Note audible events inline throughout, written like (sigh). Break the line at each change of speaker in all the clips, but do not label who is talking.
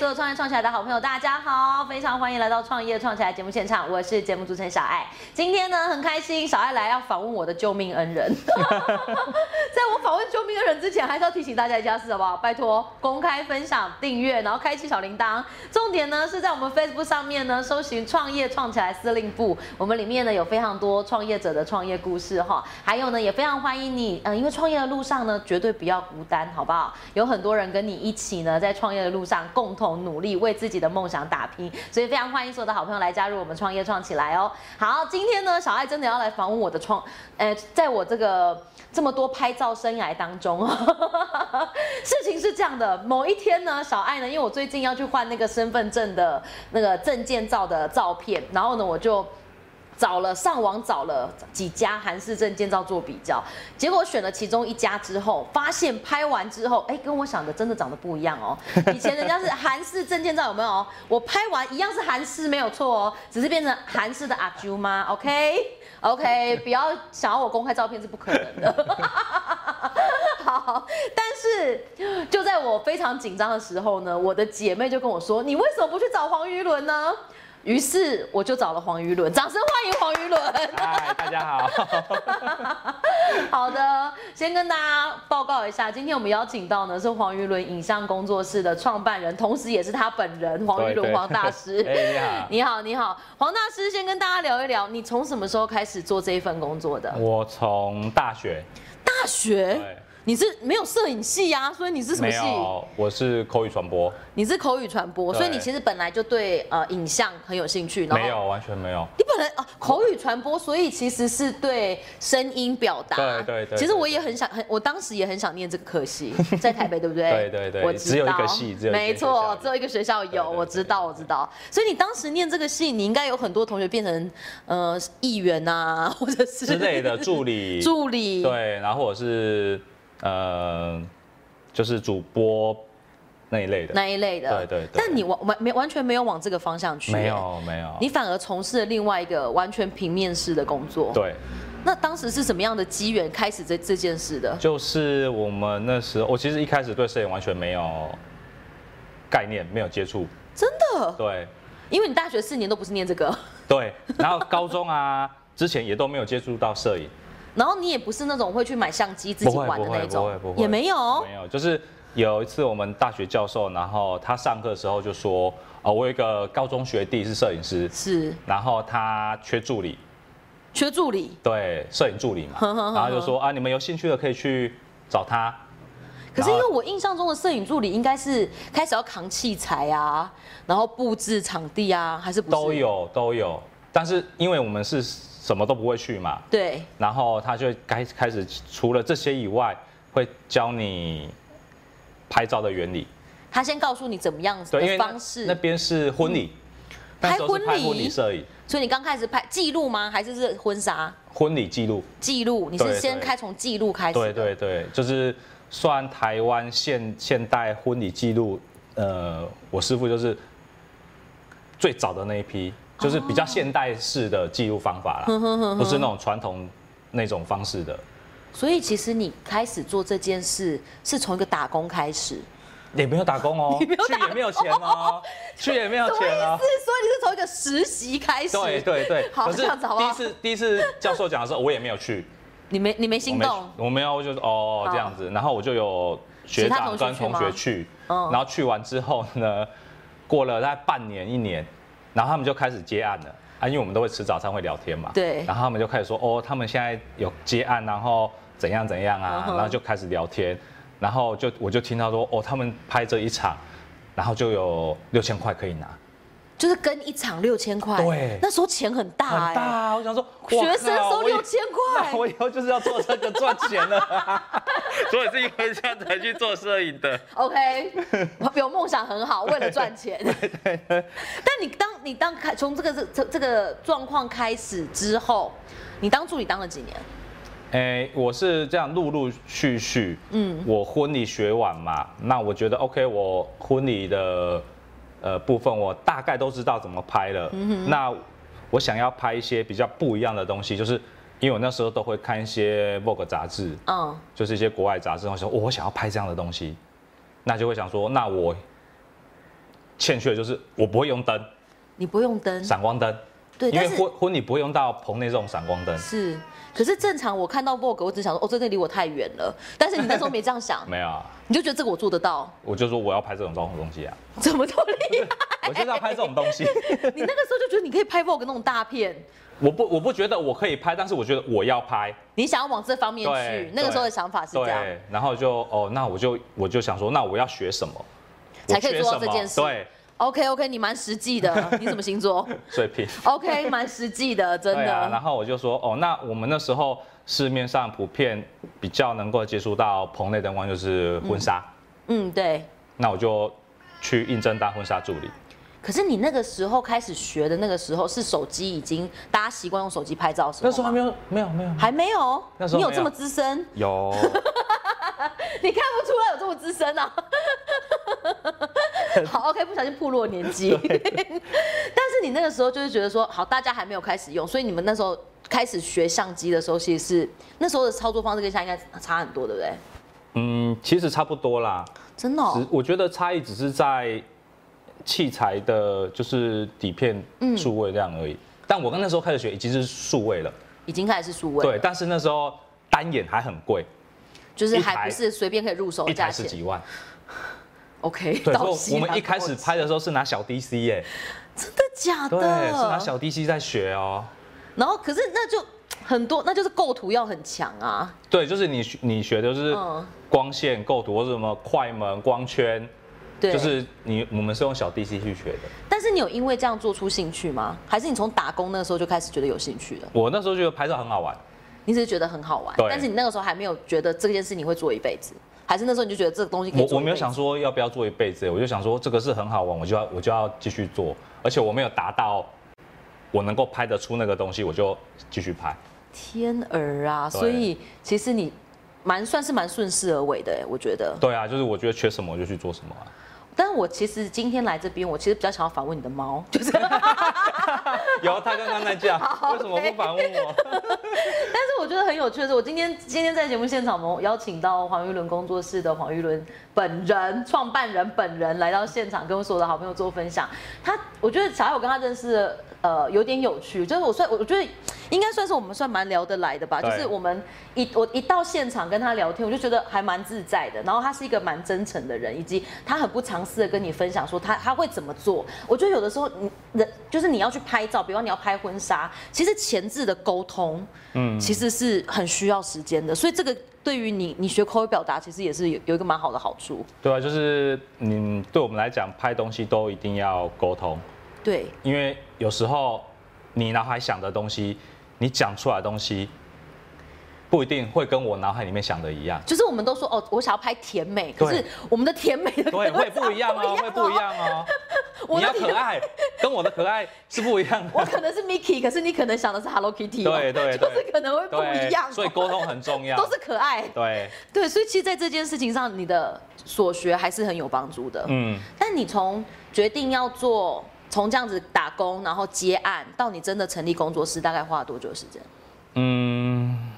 有创业创起来的好朋友，大家好，非常欢迎来到创业创起来节目现场，我是节目主持人小爱。今天呢，很开心，小爱来要访问我的救命恩人。在我访问救命恩人之前，还是要提醒大家一件事，好不好？拜托，公开分享、订阅，然后开启小铃铛。重点呢是在我们 Facebook 上面呢，搜寻“创业创起来司令部”，我们里面呢有非常多创业者的创业故事哈，还有呢也非常欢迎你，嗯、呃，因为创业的路上呢，绝对不要孤单，好不好？有很多人跟你一起呢，在创业的路上共同努力，为自己的梦想打拼，所以非常欢迎所有的好朋友来加入我们创业创起来哦。好，今天呢，小爱真的要来访问我的创，呃，在我这个这么多拍照生涯当中，哦 (laughs) 事情是这样的，某一天呢，小爱呢，因为我最近要去换那个身份证的那个证件照的照片，然后呢，我就。找了上网找了几家韩式证件照做比较，结果选了其中一家之后，发现拍完之后，哎，跟我想的真的长得不一样哦。以前人家是韩式证件照有没有？我拍完一样是韩式没有错哦，只是变成韩式的阿啾妈，OK OK，不要想要我公开照片是不可能的。 (laughs) 好，但是就在我非常紧张的时候呢，我的姐妹就跟我说：“你为什么不去找黄于伦呢？”于是我就找了黄于伦，掌声欢迎黄于伦。
嗨，大家好。
(laughs) 好的，先跟大家报告一下，今天我们邀请到呢是黄于伦影像工作室的创办人，同时也是他本人黄于
对
伦
对
黄大师。
(laughs) 哎、你
(laughs) 你
好。
好，你好，黄大师，先跟大家聊一聊，你从什么时候开始做这一份工作的？
我从大学
大学
呃对，
你是没有摄影系呀、所以你哎是什么
没
系？
有，我是口语传播，
你是口语传播，
对
所以你其实本来就对呃影像很有兴趣，然后
没有，完全没有。
你本来啊，口语传播，所以其实是对声音表达。
对对对
其实我也很想，很我当时也很想念这个科
(laughs)
系，在台北，对不对？
对对对
我知道
只有一个系只有一个
没
学校
错
有，
只有一个学校有，
对对对
我知道，我知道。所以你当时念这个系，你应该有很多同学变成呃议员啊， (laughs) 或者是
之类的助理，
(laughs) 助理。
对，然后我是呃，就是主播那一类的，
那一类的，
对对对
但你完完没完全没有往这个方向去，
没，有没有，
你反而从事了另外一个完全平面式的工作。，
对，
那当时是什么样的机缘开始这这件事的？
就是我们那时候，我其实一开始对摄影完全没有概念，没有接触，
真的，
对
因为你大学四年都不是念这个， (laughs)
对，然后高中啊之前也都没有接触到摄影。
然后你也不是那种会去买相机自己
不会
玩的
不会
那
不
种
会不，会
也没有
没。有，就是有一次我们大学教授，然后他上课的时候就说，啊、我有一个高中学弟是摄影师，
是
然后他缺助理，
缺助理，
对，摄影助理
(laughs)
嘛，
呵呵呵
然后就说啊，你们有兴趣的可以去找他，
可是因为我印象中的摄影助理应该是开始要扛器材啊，然后布置场地啊，还是不是
都？有都有，但是因为我们是什么都不会去嘛，
对，
然后他就开开始除了这些以外，会教你拍照的原理，
他先告诉你怎么样子
对，因
的
为那
方式嗯
那，边是婚礼，那时候是
拍婚
拍
礼
婚礼摄影。
所以你刚开始拍记录吗？还是是婚纱
婚礼记录。
记录？你是
对
先
对
开从记录开始？
对对。对，就是算台湾现现代婚礼记录，呃，我师傅就是最早的那一批，就是比较现代式的记录方法啦，
哦
不是那种传统那种方式的。
所以其实你开始做这件事是从一个打工开始，
也没有打
(laughs)
工哦，去也没有钱哦，去也没有
什么意
钱哦
思？。所以你是从一个实习开始？
对对对，
好
可是
这样子好不
第
好
一次第一次教授讲的时候，我也没有去，
你没你没心动，
我没我没有，我就是哦
好
这样子，然后我就有学长跟同学去，
嗯
然后去完之后呢，过了大概半年一年，然后他们就开始接案了啊，因为我们都会吃早餐会聊天嘛，
对
然后他们就开始说哦，他们现在有接案，啊然后怎样怎样
嗯，
啊
哼
然后就开始聊天，然后就我就听到说哦，他们拍这一场，然后就有六千块可以拿，
就是跟一场六千块，
对
那时候钱很
很
大哎、
大啊，我想说
学生收
六
6000块
(laughs) 我以后就是要做这个赚钱了，所以是因为这样才去做摄影的。
OK，有 (laughs) 梦想很好，为了赚
(laughs)
钱。但你当你当开从这个这这这个状况开始之后，你当助理当了几年？
哎、我是这样陆陆续续，嗯，我婚礼学完嘛，那我觉得 OK，我婚礼的呃部分我大概都知道怎么拍了。
嗯
那我想要拍一些比较不一样的东西，就是因为我那时候都会看一些 Vogue 杂志，
嗯，
就是一些国外杂志，我想、哦我想要拍这样的东西，那就会想说，那我欠缺的就是我不会用灯，
你不用灯，
闪光灯，
嗯对，
因为
但是
婚婚礼不会用到棚内这种闪光灯，
是，可是正常我看到 Vogue，我只想说，哦，这个离我太远了。但是你那时候没这样
(laughs)
想，
没有啊，
你就觉得这个我做得到，
我就说我要拍这种装东西啊，
怎么都厉害。
我就是要拍这种东
哎
西，
(laughs) 你那个时候就觉得你可以拍 Vogue 那种大片，
(laughs) 我不我不觉得我可以拍，但是我觉得我要拍，
你想要往这方面
对
去，，那个时候的
对
想法是这样。
对，然后就哦，那我就我就想说，那我要学什么，
才可以
我缺
做到
什么
这件事
对，
OK OK，你蛮实际
(laughs)
的，你什么星座
水平。
？OK，蛮实际的， (laughs) 真
对啊，然
的。
后我就说，哦，那我们那时候市面上普遍比较能够接触到棚内灯光就是婚纱，
嗯，对。
那我就去应征当婚纱助理。
可是你那个时候开始学的那个时候，是手机已经大家习惯用手机拍照的时候
那
吗，
时候还没有，没有，没有，
还没有，
那时候
你有
没
这
有
么资深，
有，
你看不出来有这么资
(laughs)
深啊。好，OK，不小心暴露我年纪。但是你那个时候就是觉得说，好，大家还没有开始用，所以你们那时候开始学相机的时候，其实是那时候的操作方式跟现在应该差很多，对不对？
嗯，其实差不多啦，
真的、哦
只，我觉得差异只是在器材的，就是底片
嗯
数位这样而已。但我跟那时候开始学已经是数位了，
已经开始是数位了，
对，但是那时候单眼还很贵，
就是
一
还
台
不是随便可以入手
一
哦的价
台十
钱。
几万。
OK， (laughs)
对，
到
所
期
以我
拿
们一开始拍的时候是拿小 DC 耶、
真的假
对，是拿
的？
小 DC 在学哦、
然后可是那就很多，那就是构图要很强啊。
对，就是你学你学的就是
嗯
光线构图或者什么快门、光圈，
对，
就是你我们是用小 DC 去学的。
但是你有因为这样做出兴趣吗？还是你从打工那个时候就开始觉得有兴趣了？
我那时候觉得拍照很好玩，
你只是觉得很好玩，
对
但是你那个时候还没有觉得这件事你会做一辈子，还是那时候你就觉得这个东西可以
我
做
我没有
一辈子
想说要不要做一辈子，我就想说这个是很好玩，我就要我就要继续做，而且我没有达到我能够拍得出那个东西，我就继续拍。
天儿啊，
对
所以其实你蛮算是蛮顺势而为的欸，我觉得。
对啊，就是我觉得缺什么我就去做什
(laughs)
么啊、
但我其实今天来这边，我其实比较想要访问你的猫，就是，
有啊他刚刚在讲，为什么不反问我？
但是我觉得很有趣的是，我今天今天在节目现场，我们邀请到黄玉伦工作室的黄玉伦本人，创办人本人来到现场，跟我所有的好朋友做分享。他，我觉得小爱我跟他认识的，呃，有点有趣，就是我算，我我觉得应该算是我们算蛮聊得来的吧，就
对
是我们一我一到现场跟他聊天，我就觉得还蛮自在的。然后他是一个蛮真诚的人，以及他很不藏私的跟你分享说他他会怎么做。我觉得有的时候你人就是你要去拍照，比方你要拍婚纱，其实前置的沟通，嗯，其实是很需要时间的。所以这个对于你你学口语表达，其实也是有有一个蛮好的好处。
对啊，就是嗯，对我们来讲，拍东西都一定要沟通，
对，。
因为有时候你脑海想的东西，你讲出来的东西，不一定会跟我脑海里面想的一样
(laughs) 就是我们都说哦，我想要拍甜美，可是
对
我们的甜美的
对，会不一样
啊
哦，会不一。样哦。
我
你
的
要可
甜
爱，跟我的可爱是不一样的。
我可能是 Mickey，可是你可能想的是 Hello Kitty，哦
对对对
就是可能会不一样哦，
所以沟通很重要。
都是可爱。
对，
对，所以其实，在这件事情上，你的所学还是很有帮助的。
嗯，
但你从决定要做，从这样子打工，然后接案，到你真的成立工作室，大概花了多久的时间？
嗯，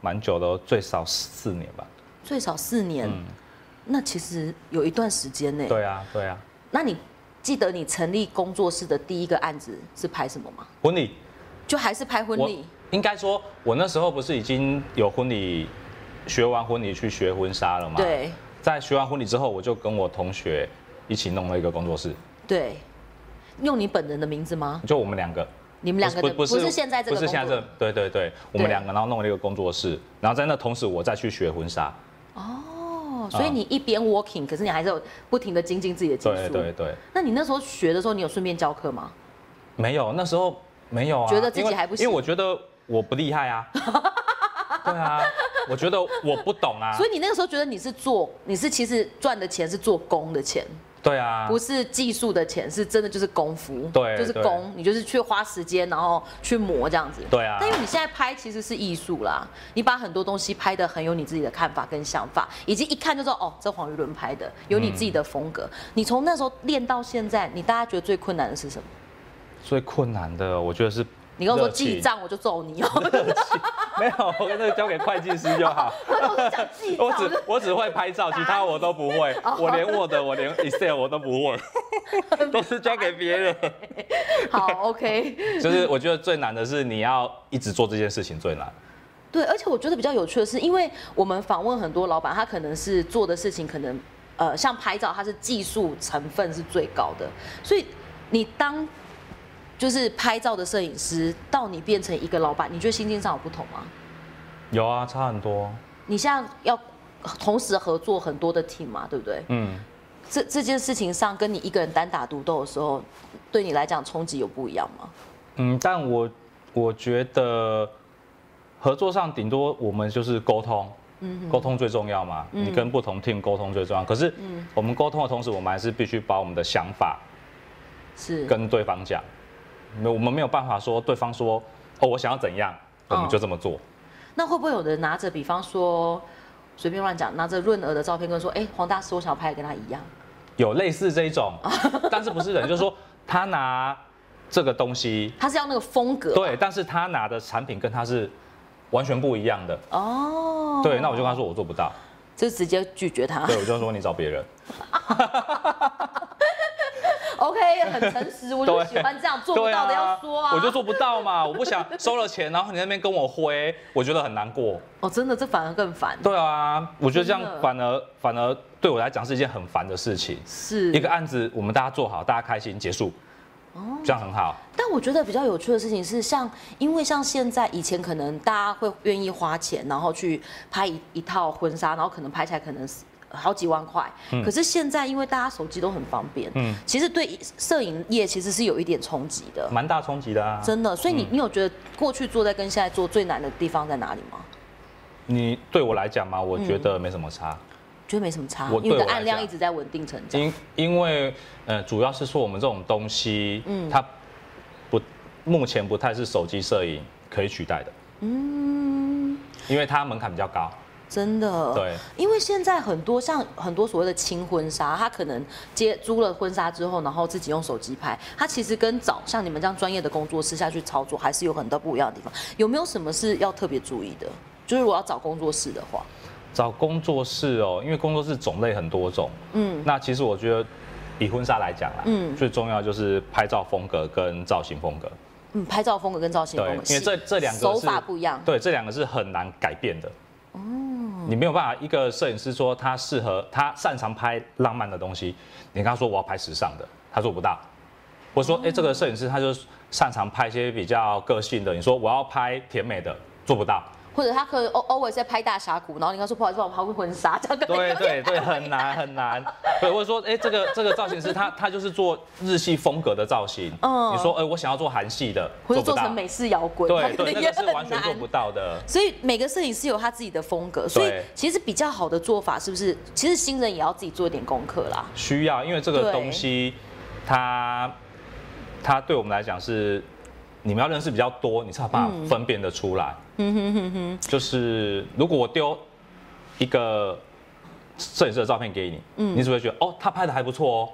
蛮久的哦，最少四年吧。
最少四年。那其实有一段时间呢。。
嗯对啊，对啊，
那你记得你成立工作室的第一个案子是拍什么吗？
婚礼。
就还是拍婚
我
礼？
应该说，我那时候不是已经有婚礼，学完婚礼去学婚纱了吗？。
对
在学完婚礼之后，我就跟我同学一起弄了一个工作室，
对。用你本人的名字吗？
就我们两个。
你们两个的不是现在这个
不是现在
工
这
作，
对对对，我们两个然后弄了一个工作室，然后在那同时我再去学婚纱，
哦，所以你一边 working，可是你还是有不停的精进自己的技
啊对
术。
对对，
那你那时候学的时候，你有顺便教课吗？
没有那时候没有啊，
觉得自己
因为
还不行
因为我觉得我不厉
(laughs)
害啊，对啊，我觉得我不懂啊
所，以你那个时候觉得你是做，你是其实赚的钱是做工的钱，
对啊，
不是技术的钱，是真的就是功夫，
对
就是
对
工，你就是去花时间，然后去磨这样子。
对啊
但因为你现在拍其实是艺术啦，你把很多东西拍的很有你自己的看法跟想法，以及一看就知道哦，这黄玉伦拍的，有你自己的风格。你从那时候练到现在，你大家觉得最困难的是什么？
最困难的我觉得是
你跟我说
热情
记账，我就揍你哦。
(laughs)
(laughs)
没有，我那个交给会计师就好。
他跟我讲 (laughs) 记账，哦
我
我就
只我只会拍照，其他我都不
(laughs)
会。我连 Word，我连 Excel 我都不会，
(laughs)
都是交给别人。
好 OK。
就是我觉得最难的是你要一直做这件事情最难。
对，而且我觉得比较有趣的是，因为我们访问很多老板，他可能是做的事情，可能呃，像拍照，它是技术成分是最高的，所以你当就是拍照的摄影师，到你变成一个老板，你觉得心境上有不同吗？
有啊，差很多。
你现在要同时合作很多的 team 嘛，对不对？
嗯，
这这件事情上，跟你一个人单打独斗的时候，对你来讲冲击有不一样吗？
嗯，但我我觉得合作上顶多我们就是沟通，沟通最重要嘛。你跟不同 team 沟通最重要，可是我们沟通的同时，我们还是必须把我们的想法
是，
跟对方讲，没有我们没有办法说对方说哦我想要怎样，我们就这么做。
那会不会有人拿着，比方说随便乱讲，拿着润儿的照片跟说，哎、黄大师，我想要拍的跟他一样，
有类似这一种， (laughs) 但是不是人，就是说他拿这个东西，
他是要那个风格，，
对，但是他拿的产品跟他是完全不一样的，
哦，
对，那我就跟他说我做不到，
就直接拒绝他
对，我就说你找别人，
(laughs) ，OK，很诚实，我就
对
喜欢这样，做不
对
到的要说啊，
我就做不到嘛，我不想收了钱，然后你在那边跟我挥，我觉得很难过，
哦，真的，这反而更烦，
对啊，我觉得这样
真的
反而反而对我来讲是一件很烦的事情，
是
一个案子我们大家做好，大家开心结束，
哦
这样很好，
但我觉得比较有趣的事情是像，因为像现在以前可能大家会愿意花钱，然后去拍一一套婚纱，然后可能拍起来可能是好几万块。可是现在因为大家手机都很方便，
嗯
其实对摄影业其实是有一点冲击的，
蛮大冲击的啊，
真的。所以你、你有觉得过去做在跟现在做最难的地方在哪里吗？
你对我来讲嘛，我
嗯
觉得没什么差。
觉得没什么差，
我
因为你
对
的
我来
案量
讲
一直在稳定成长。
因因为呃，主要是说我们这种东西，
嗯
它不目前不太是手机摄影可以取代的，
嗯，
因为它门槛比较高。
真的，
对，
因为现在很多像很多所谓的轻婚纱，他可能接租了婚纱之后，然后自己用手机拍，他其实跟找像你们这样专业的工作室下去操作，还是有很多不一样的地方。有没有什么是要特别注意的？就是我要找工作室的话，
找工作室哦，因为工作室种类很多种，
嗯，
那其实我觉得以婚纱来讲啦，
嗯
最重要就是拍照风格跟造型风格，
嗯，拍照风格跟造型风格，
因为这这两个
手
是
法不一样，哦
对，这两个是很难改变的。你没有办法，一个摄影师说他适合他擅长拍浪漫的东西，你跟他说我要拍时尚的，他做不到。我
哦
说，哎、这个摄影师他就擅长拍一些比较个性的，你说我要拍甜美的，做不到。
或者他可能 al- always 在拍大峡谷，然后你跟他说不好意思，帮我拍个婚纱，这样跟
(laughs) 对对
(laughs)
对，很难很难。对，或者说，哎、这个这个造型师他他就是做日系风格的造型，
嗯
你说，哎、我想要做韩系的，
或者
做
做
不到
成。美式摇滚，
对
他可
对，
能
那
也
个是
很
完全
难
做不到的。
所以每个摄影师有他自己的风格，所以其实比较好的做法是不是？其实新人也要自己做一点功课啦。
需要，因为这个
对
东西，它它对我们来讲是，你们要认识比较多，你才有办法分辨得出来。就是如果我丢一个摄影师的照片给你，你只会觉得哦，他拍的还不错哦。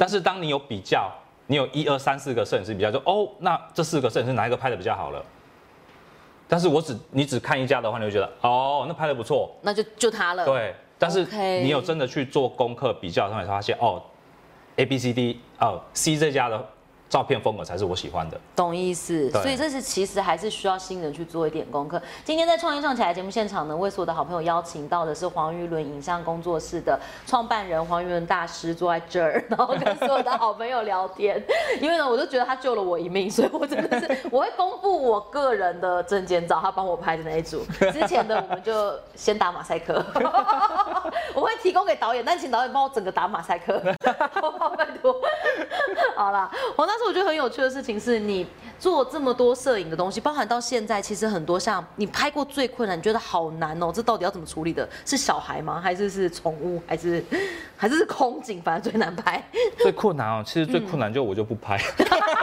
但是当你有比较，你有一二三四个摄影师比较，就哦，那这四个摄影师哪一个拍的比较好了？但是我只你只看一家的话，你会觉得哦，那拍的不错，
那就就他了。，
对，但是
OK
你有真的去做功课比较，然后才发现哦，A B C D 哦 C 这家的照片风格才是我喜欢的。
懂意思。
对
所以这是其实还是需要新人去做一点功课。今天在创业创起来节目现场呢，为所有的好朋友邀请到的是黄玉伦影像工作室的创办人黄玉伦大师坐在这儿，然 (laughs) 后跟所有的好朋友聊天。因为呢，我就觉得他救了我一命，所以我真的是我会公布我个人的证件照，他帮我拍的那一组。之前的我们就先打马赛克。我会提供给导演，但请导演帮我整个打马赛克，好不好？拜托。好啦，黄大师，我觉得很有趣的事情是你做这么多摄影的东西，包含到现在，其实很多像你拍过最困难，你觉得好难哦，这到底要怎么处理的？是小孩吗？还是是宠物？还是还是是空景？反正最难拍。
最困难哦，其实最困难就我就不拍。 (laughs)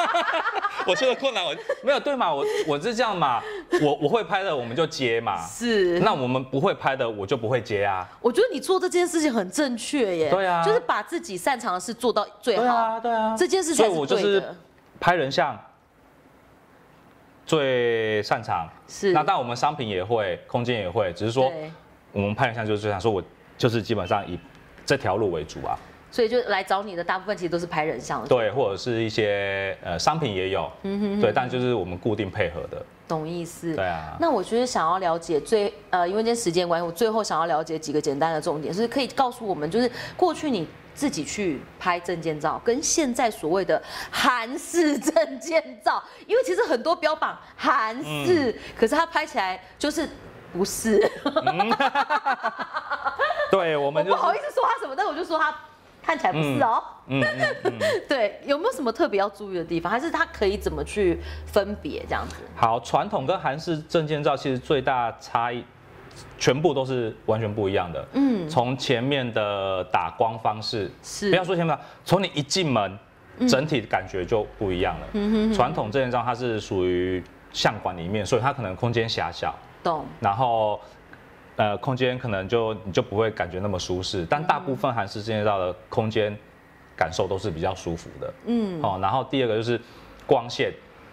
我说的困难我没有对嘛，我我是这样嘛，我我会拍的我们就接嘛，
是，
那我们不会拍的我就不会接啊。
我觉得你做这件事情很正确耶。
对啊
就是把自己擅长的事做到最
对
好
啊，。对啊，
这件事才
所
是
以我就
对
是
的
拍人像，最擅长。
是
那但我们商品也会，空间也会，只是说
对，
我们判一下就是想说我就是基本上以这条路为主啊，
所以就来找你的大部分其实都是拍人像的，
对，或者是一些呃商品也有，
嗯
对，但就是我们固定配合的，
懂意思？
对啊。
那我就是想要了解最呃，因为今天时间关系，我最后想要了解几个简单的重点，是可以告诉我们，就是过去你自己去拍证件照，跟现在所谓的韩式证件照， (laughs) 因为其实很多标榜韩式，
嗯
可是它拍起来就是不
(laughs)
是，
对，我
我
们就
不
是
好意思说它什么，但我就说它看起来不是哦。
嗯嗯嗯，
(laughs) 对，有没有什么特别要注意的地方？还是它可以怎么去分别这样子？
好，传统跟韩式证件照其实最大差异，全部都是完全不一样的。
嗯，
从前面的打光方式，
是嗯
不要说前面打，从你一进门，整体感觉就不一样了。传统证件照它是属于相馆里面，所以它可能空间狭小，
懂。
然后呃空间可能就你就不会感觉那么舒适，但大部分韩式证件照的空间感受都是比较舒服的。
嗯，
哦，然后第二个就是光线，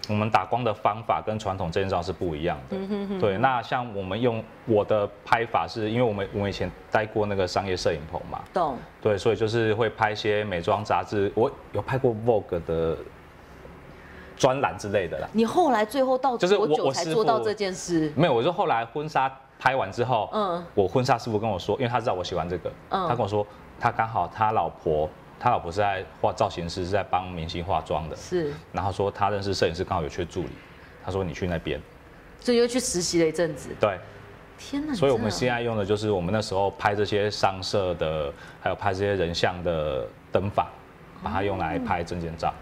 我们打光的方法跟传统证件照是不一样的。对，那像我们用我的拍法是，因为我们我们以前待过那个商业摄影棚嘛，
懂。
对，所以就是会拍一些美妆杂志，我有拍过 Vogue 的专栏之类的啦。
你后来最后到
就是
多
我
久
我
才
师嗯
做到
傅
这件事？
没有，我就后来婚纱拍完之后，
嗯
嗯，我婚纱师傅跟我说，因为他知道我喜欢这个，
嗯
他跟我说，他刚好他老婆，他老婆是在化造型师，是在帮明星化妆的，
是，
然后说他认识摄影师，刚好有缺助理，他说你去那边。
所以又去实习了一阵子。
对，
天哪！
所以我
你
们
啊真的啊
现在用的就是我们那时候拍这些商社的，还有拍这些人像的灯法，把它用来拍证件照。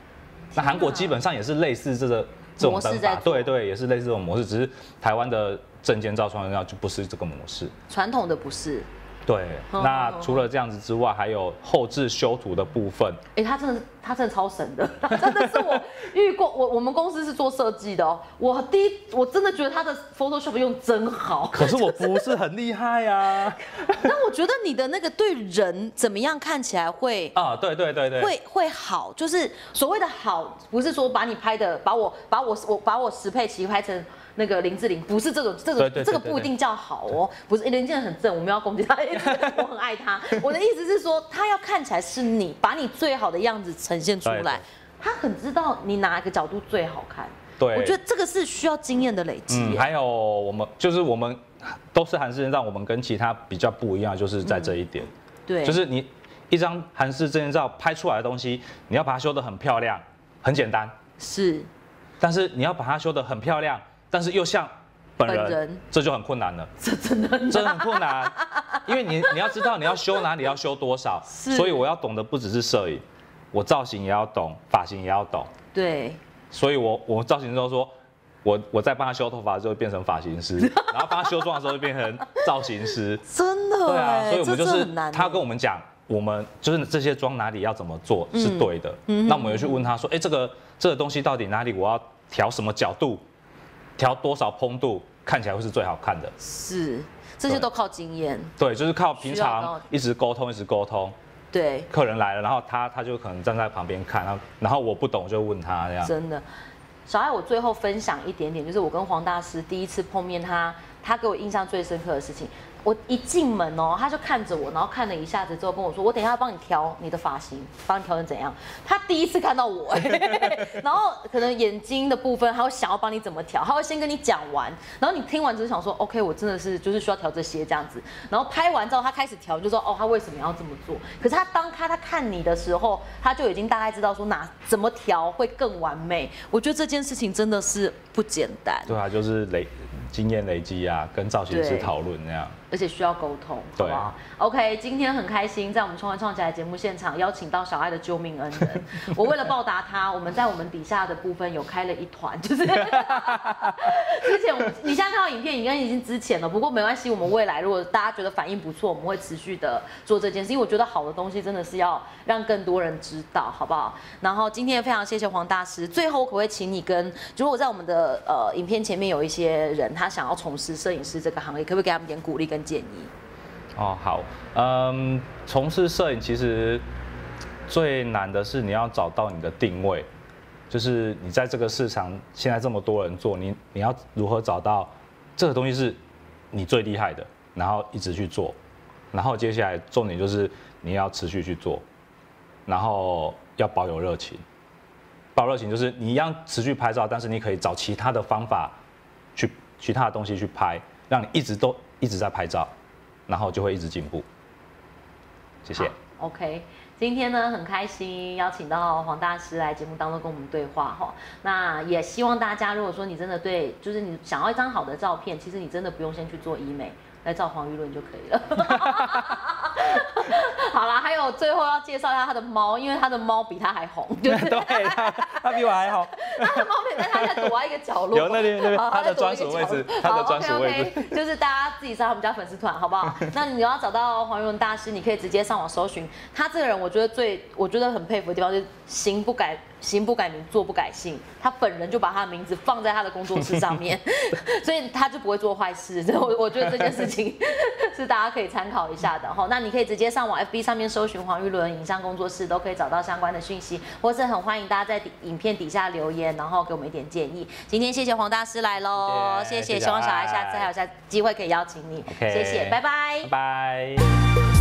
那韩国基本上也是类似这个这种
嗯模式
灯
在
法，
做
对对，也是类似这种模式，只是台湾的证件照、双人照就不是这个模式。
传统的不是，
对，
哦
那除了这样子之外，还有后置修图的部分，
哎、他真的是他真的超神的， (laughs) 他真的是我遇过我我们公司是做设计的哦，我第一我真的觉得他的 Photoshop 用真好，
可是我不是很厉害呀、啊。
但我觉得你的那个对人怎么样看起来会。
(laughs) 啊，对对对对，
会会好，就是所谓的好，不是说把你拍的，把我把我我把我石佩琪拍成那个林志玲，不是这种这个
对对对
这个
对对
不一定叫好哦，不是诶林志玲很正，我们要攻击
(laughs)
她，因为我很爱她。我的意思是说，她要看起来是你，把你最好的样子呈现出
对对
来，她很知道你哪个角度最好看。
对
我觉得啊这个是需要经验的累积
嗯，
耶。
还有我们就是我们都是韩式证，让我们跟其他比较不一样，就是在这一点，
嗯对，
就是你一张韩式证件照拍出来的东西，你要把它修得很漂亮，很简单，
是
但是你要把它修得很漂亮，但是又像本人，
本人
这就很困难了，
(laughs) 这真的很
真的很困难，因为你你要知道你要修哪里，要修多少，
是
所以我要懂的不只是摄影，我造型也要懂，发型也要懂，
对。
所以我我造型师都说，我我在帮他修头发的时候变成发型师，然后帮他修妆的时候就变成造型师。
真的
对啊，
耶
所以我们
这
就
真的
是
很难欸耶。
他跟我们讲，我们就是这些妆哪里要怎么做
嗯
是对的。那我们有去问他说，哎，这个这个东西到底哪里我要调什么角度，调多少蓬度，看起来会是最好看的。
哦是这些
对
都靠经验。
对，就是靠平
需要到
常一直沟通，一直沟通。
对，
客人来了，然后他他就可能站在旁边看，然后然后我不懂就问他这样。
真的。小爱，我最后分享一点点，就是我跟黄大师第一次碰面他，他给我印象最深刻的事情。我一进门哦，他就看着我，然后看了一下子之后跟我说：“我等一下要帮你调你的发型，帮你调成怎样。”他第一次看到我、 (laughs) 哎然后可能眼睛的部分，他会想要帮你怎么调，他会先跟你讲完，然后你听完之后想说：“OK，我真的是就是需要调这些这样子。”然后拍完之后，他开始调，你就说：“哦，他为什么要这么做？”可是他当他他看你的时候，他就已经大概知道说哪怎么调会更完美。我觉得这件事情真的是不简单，
对啊，就是累经验累积啊，跟造型师
对
讨论那样。
而且需要沟通，好
对
不好？OK，今天很开心，在我们《创欢创起来》节目现场邀请到小爱的救命恩人。我为了报答他，我们在我们底下的部分有开了一团，就是之前我们你现在看到影片应该已经之前了，不过没关系，我们未来如果大家觉得反应不错，我们会持续的做这件事，因为我觉得好的东西真的是要让更多人知道，好不好？然后今天也非常谢谢黄大师，最后我可不可以请你跟，如果在我们的呃影片前面有一些人他想要从事摄影师这个行业，可不可以给他们点鼓励跟建议？
哦，好，嗯，从事摄影其实最难的是你要找到你的定位，就是你在这个市场现在这么多人做，你你要如何找到这个东西是你最厉害的，然后一直去做，然后接下来重点就是你要持续去做，然后要保有热情。保有热情就是你一样持续拍照，但是你可以找其他的方法去其他的东西去拍，让你一直都一直在拍照，然后就会一直进步。谢谢。 (laughs)
OK，今天呢很开心邀请到黄大师来节目当中跟我们对话哈。那也希望大家，如果说你真的对，就是你想要一张好的照片，其实你真的不用先去做医美，来找黄玉论就可
(laughs)
以了。好啦，还有最后要介绍一下他的猫，因为他的猫比他还
(laughs)
红，就是
对，他他比我还好。
他的猫咪，但他在躲在一个角落。
有那边那边
好
他
在
的
躲一个
专属位置
角落
他的
好
专属位
(laughs) OK，OK，就是大家自己上他们家粉丝团，好不好？那你要找到黄玉文大师，你可以直接上网搜寻他这个人。我觉得最我觉得很佩服的地方就是行不改行不改名，坐不改姓。他本人就把他的名字放在他的工作室上
(laughs)
面，所以他就不会做坏事。所以我我觉得这件事情是大家可以参考一下的哈。那你可以直接上网 FB 上面搜寻黄玉伦影像工作室，都可以找到相关的讯息，或是很欢迎大家在底影片底下留言，然后给我们一点建议。今天谢谢黄大师来喽，
谢谢
谢谢，
谢谢
希望小孩
小爱
下次还有下机会可以邀请你
OK
谢谢，拜拜
拜拜。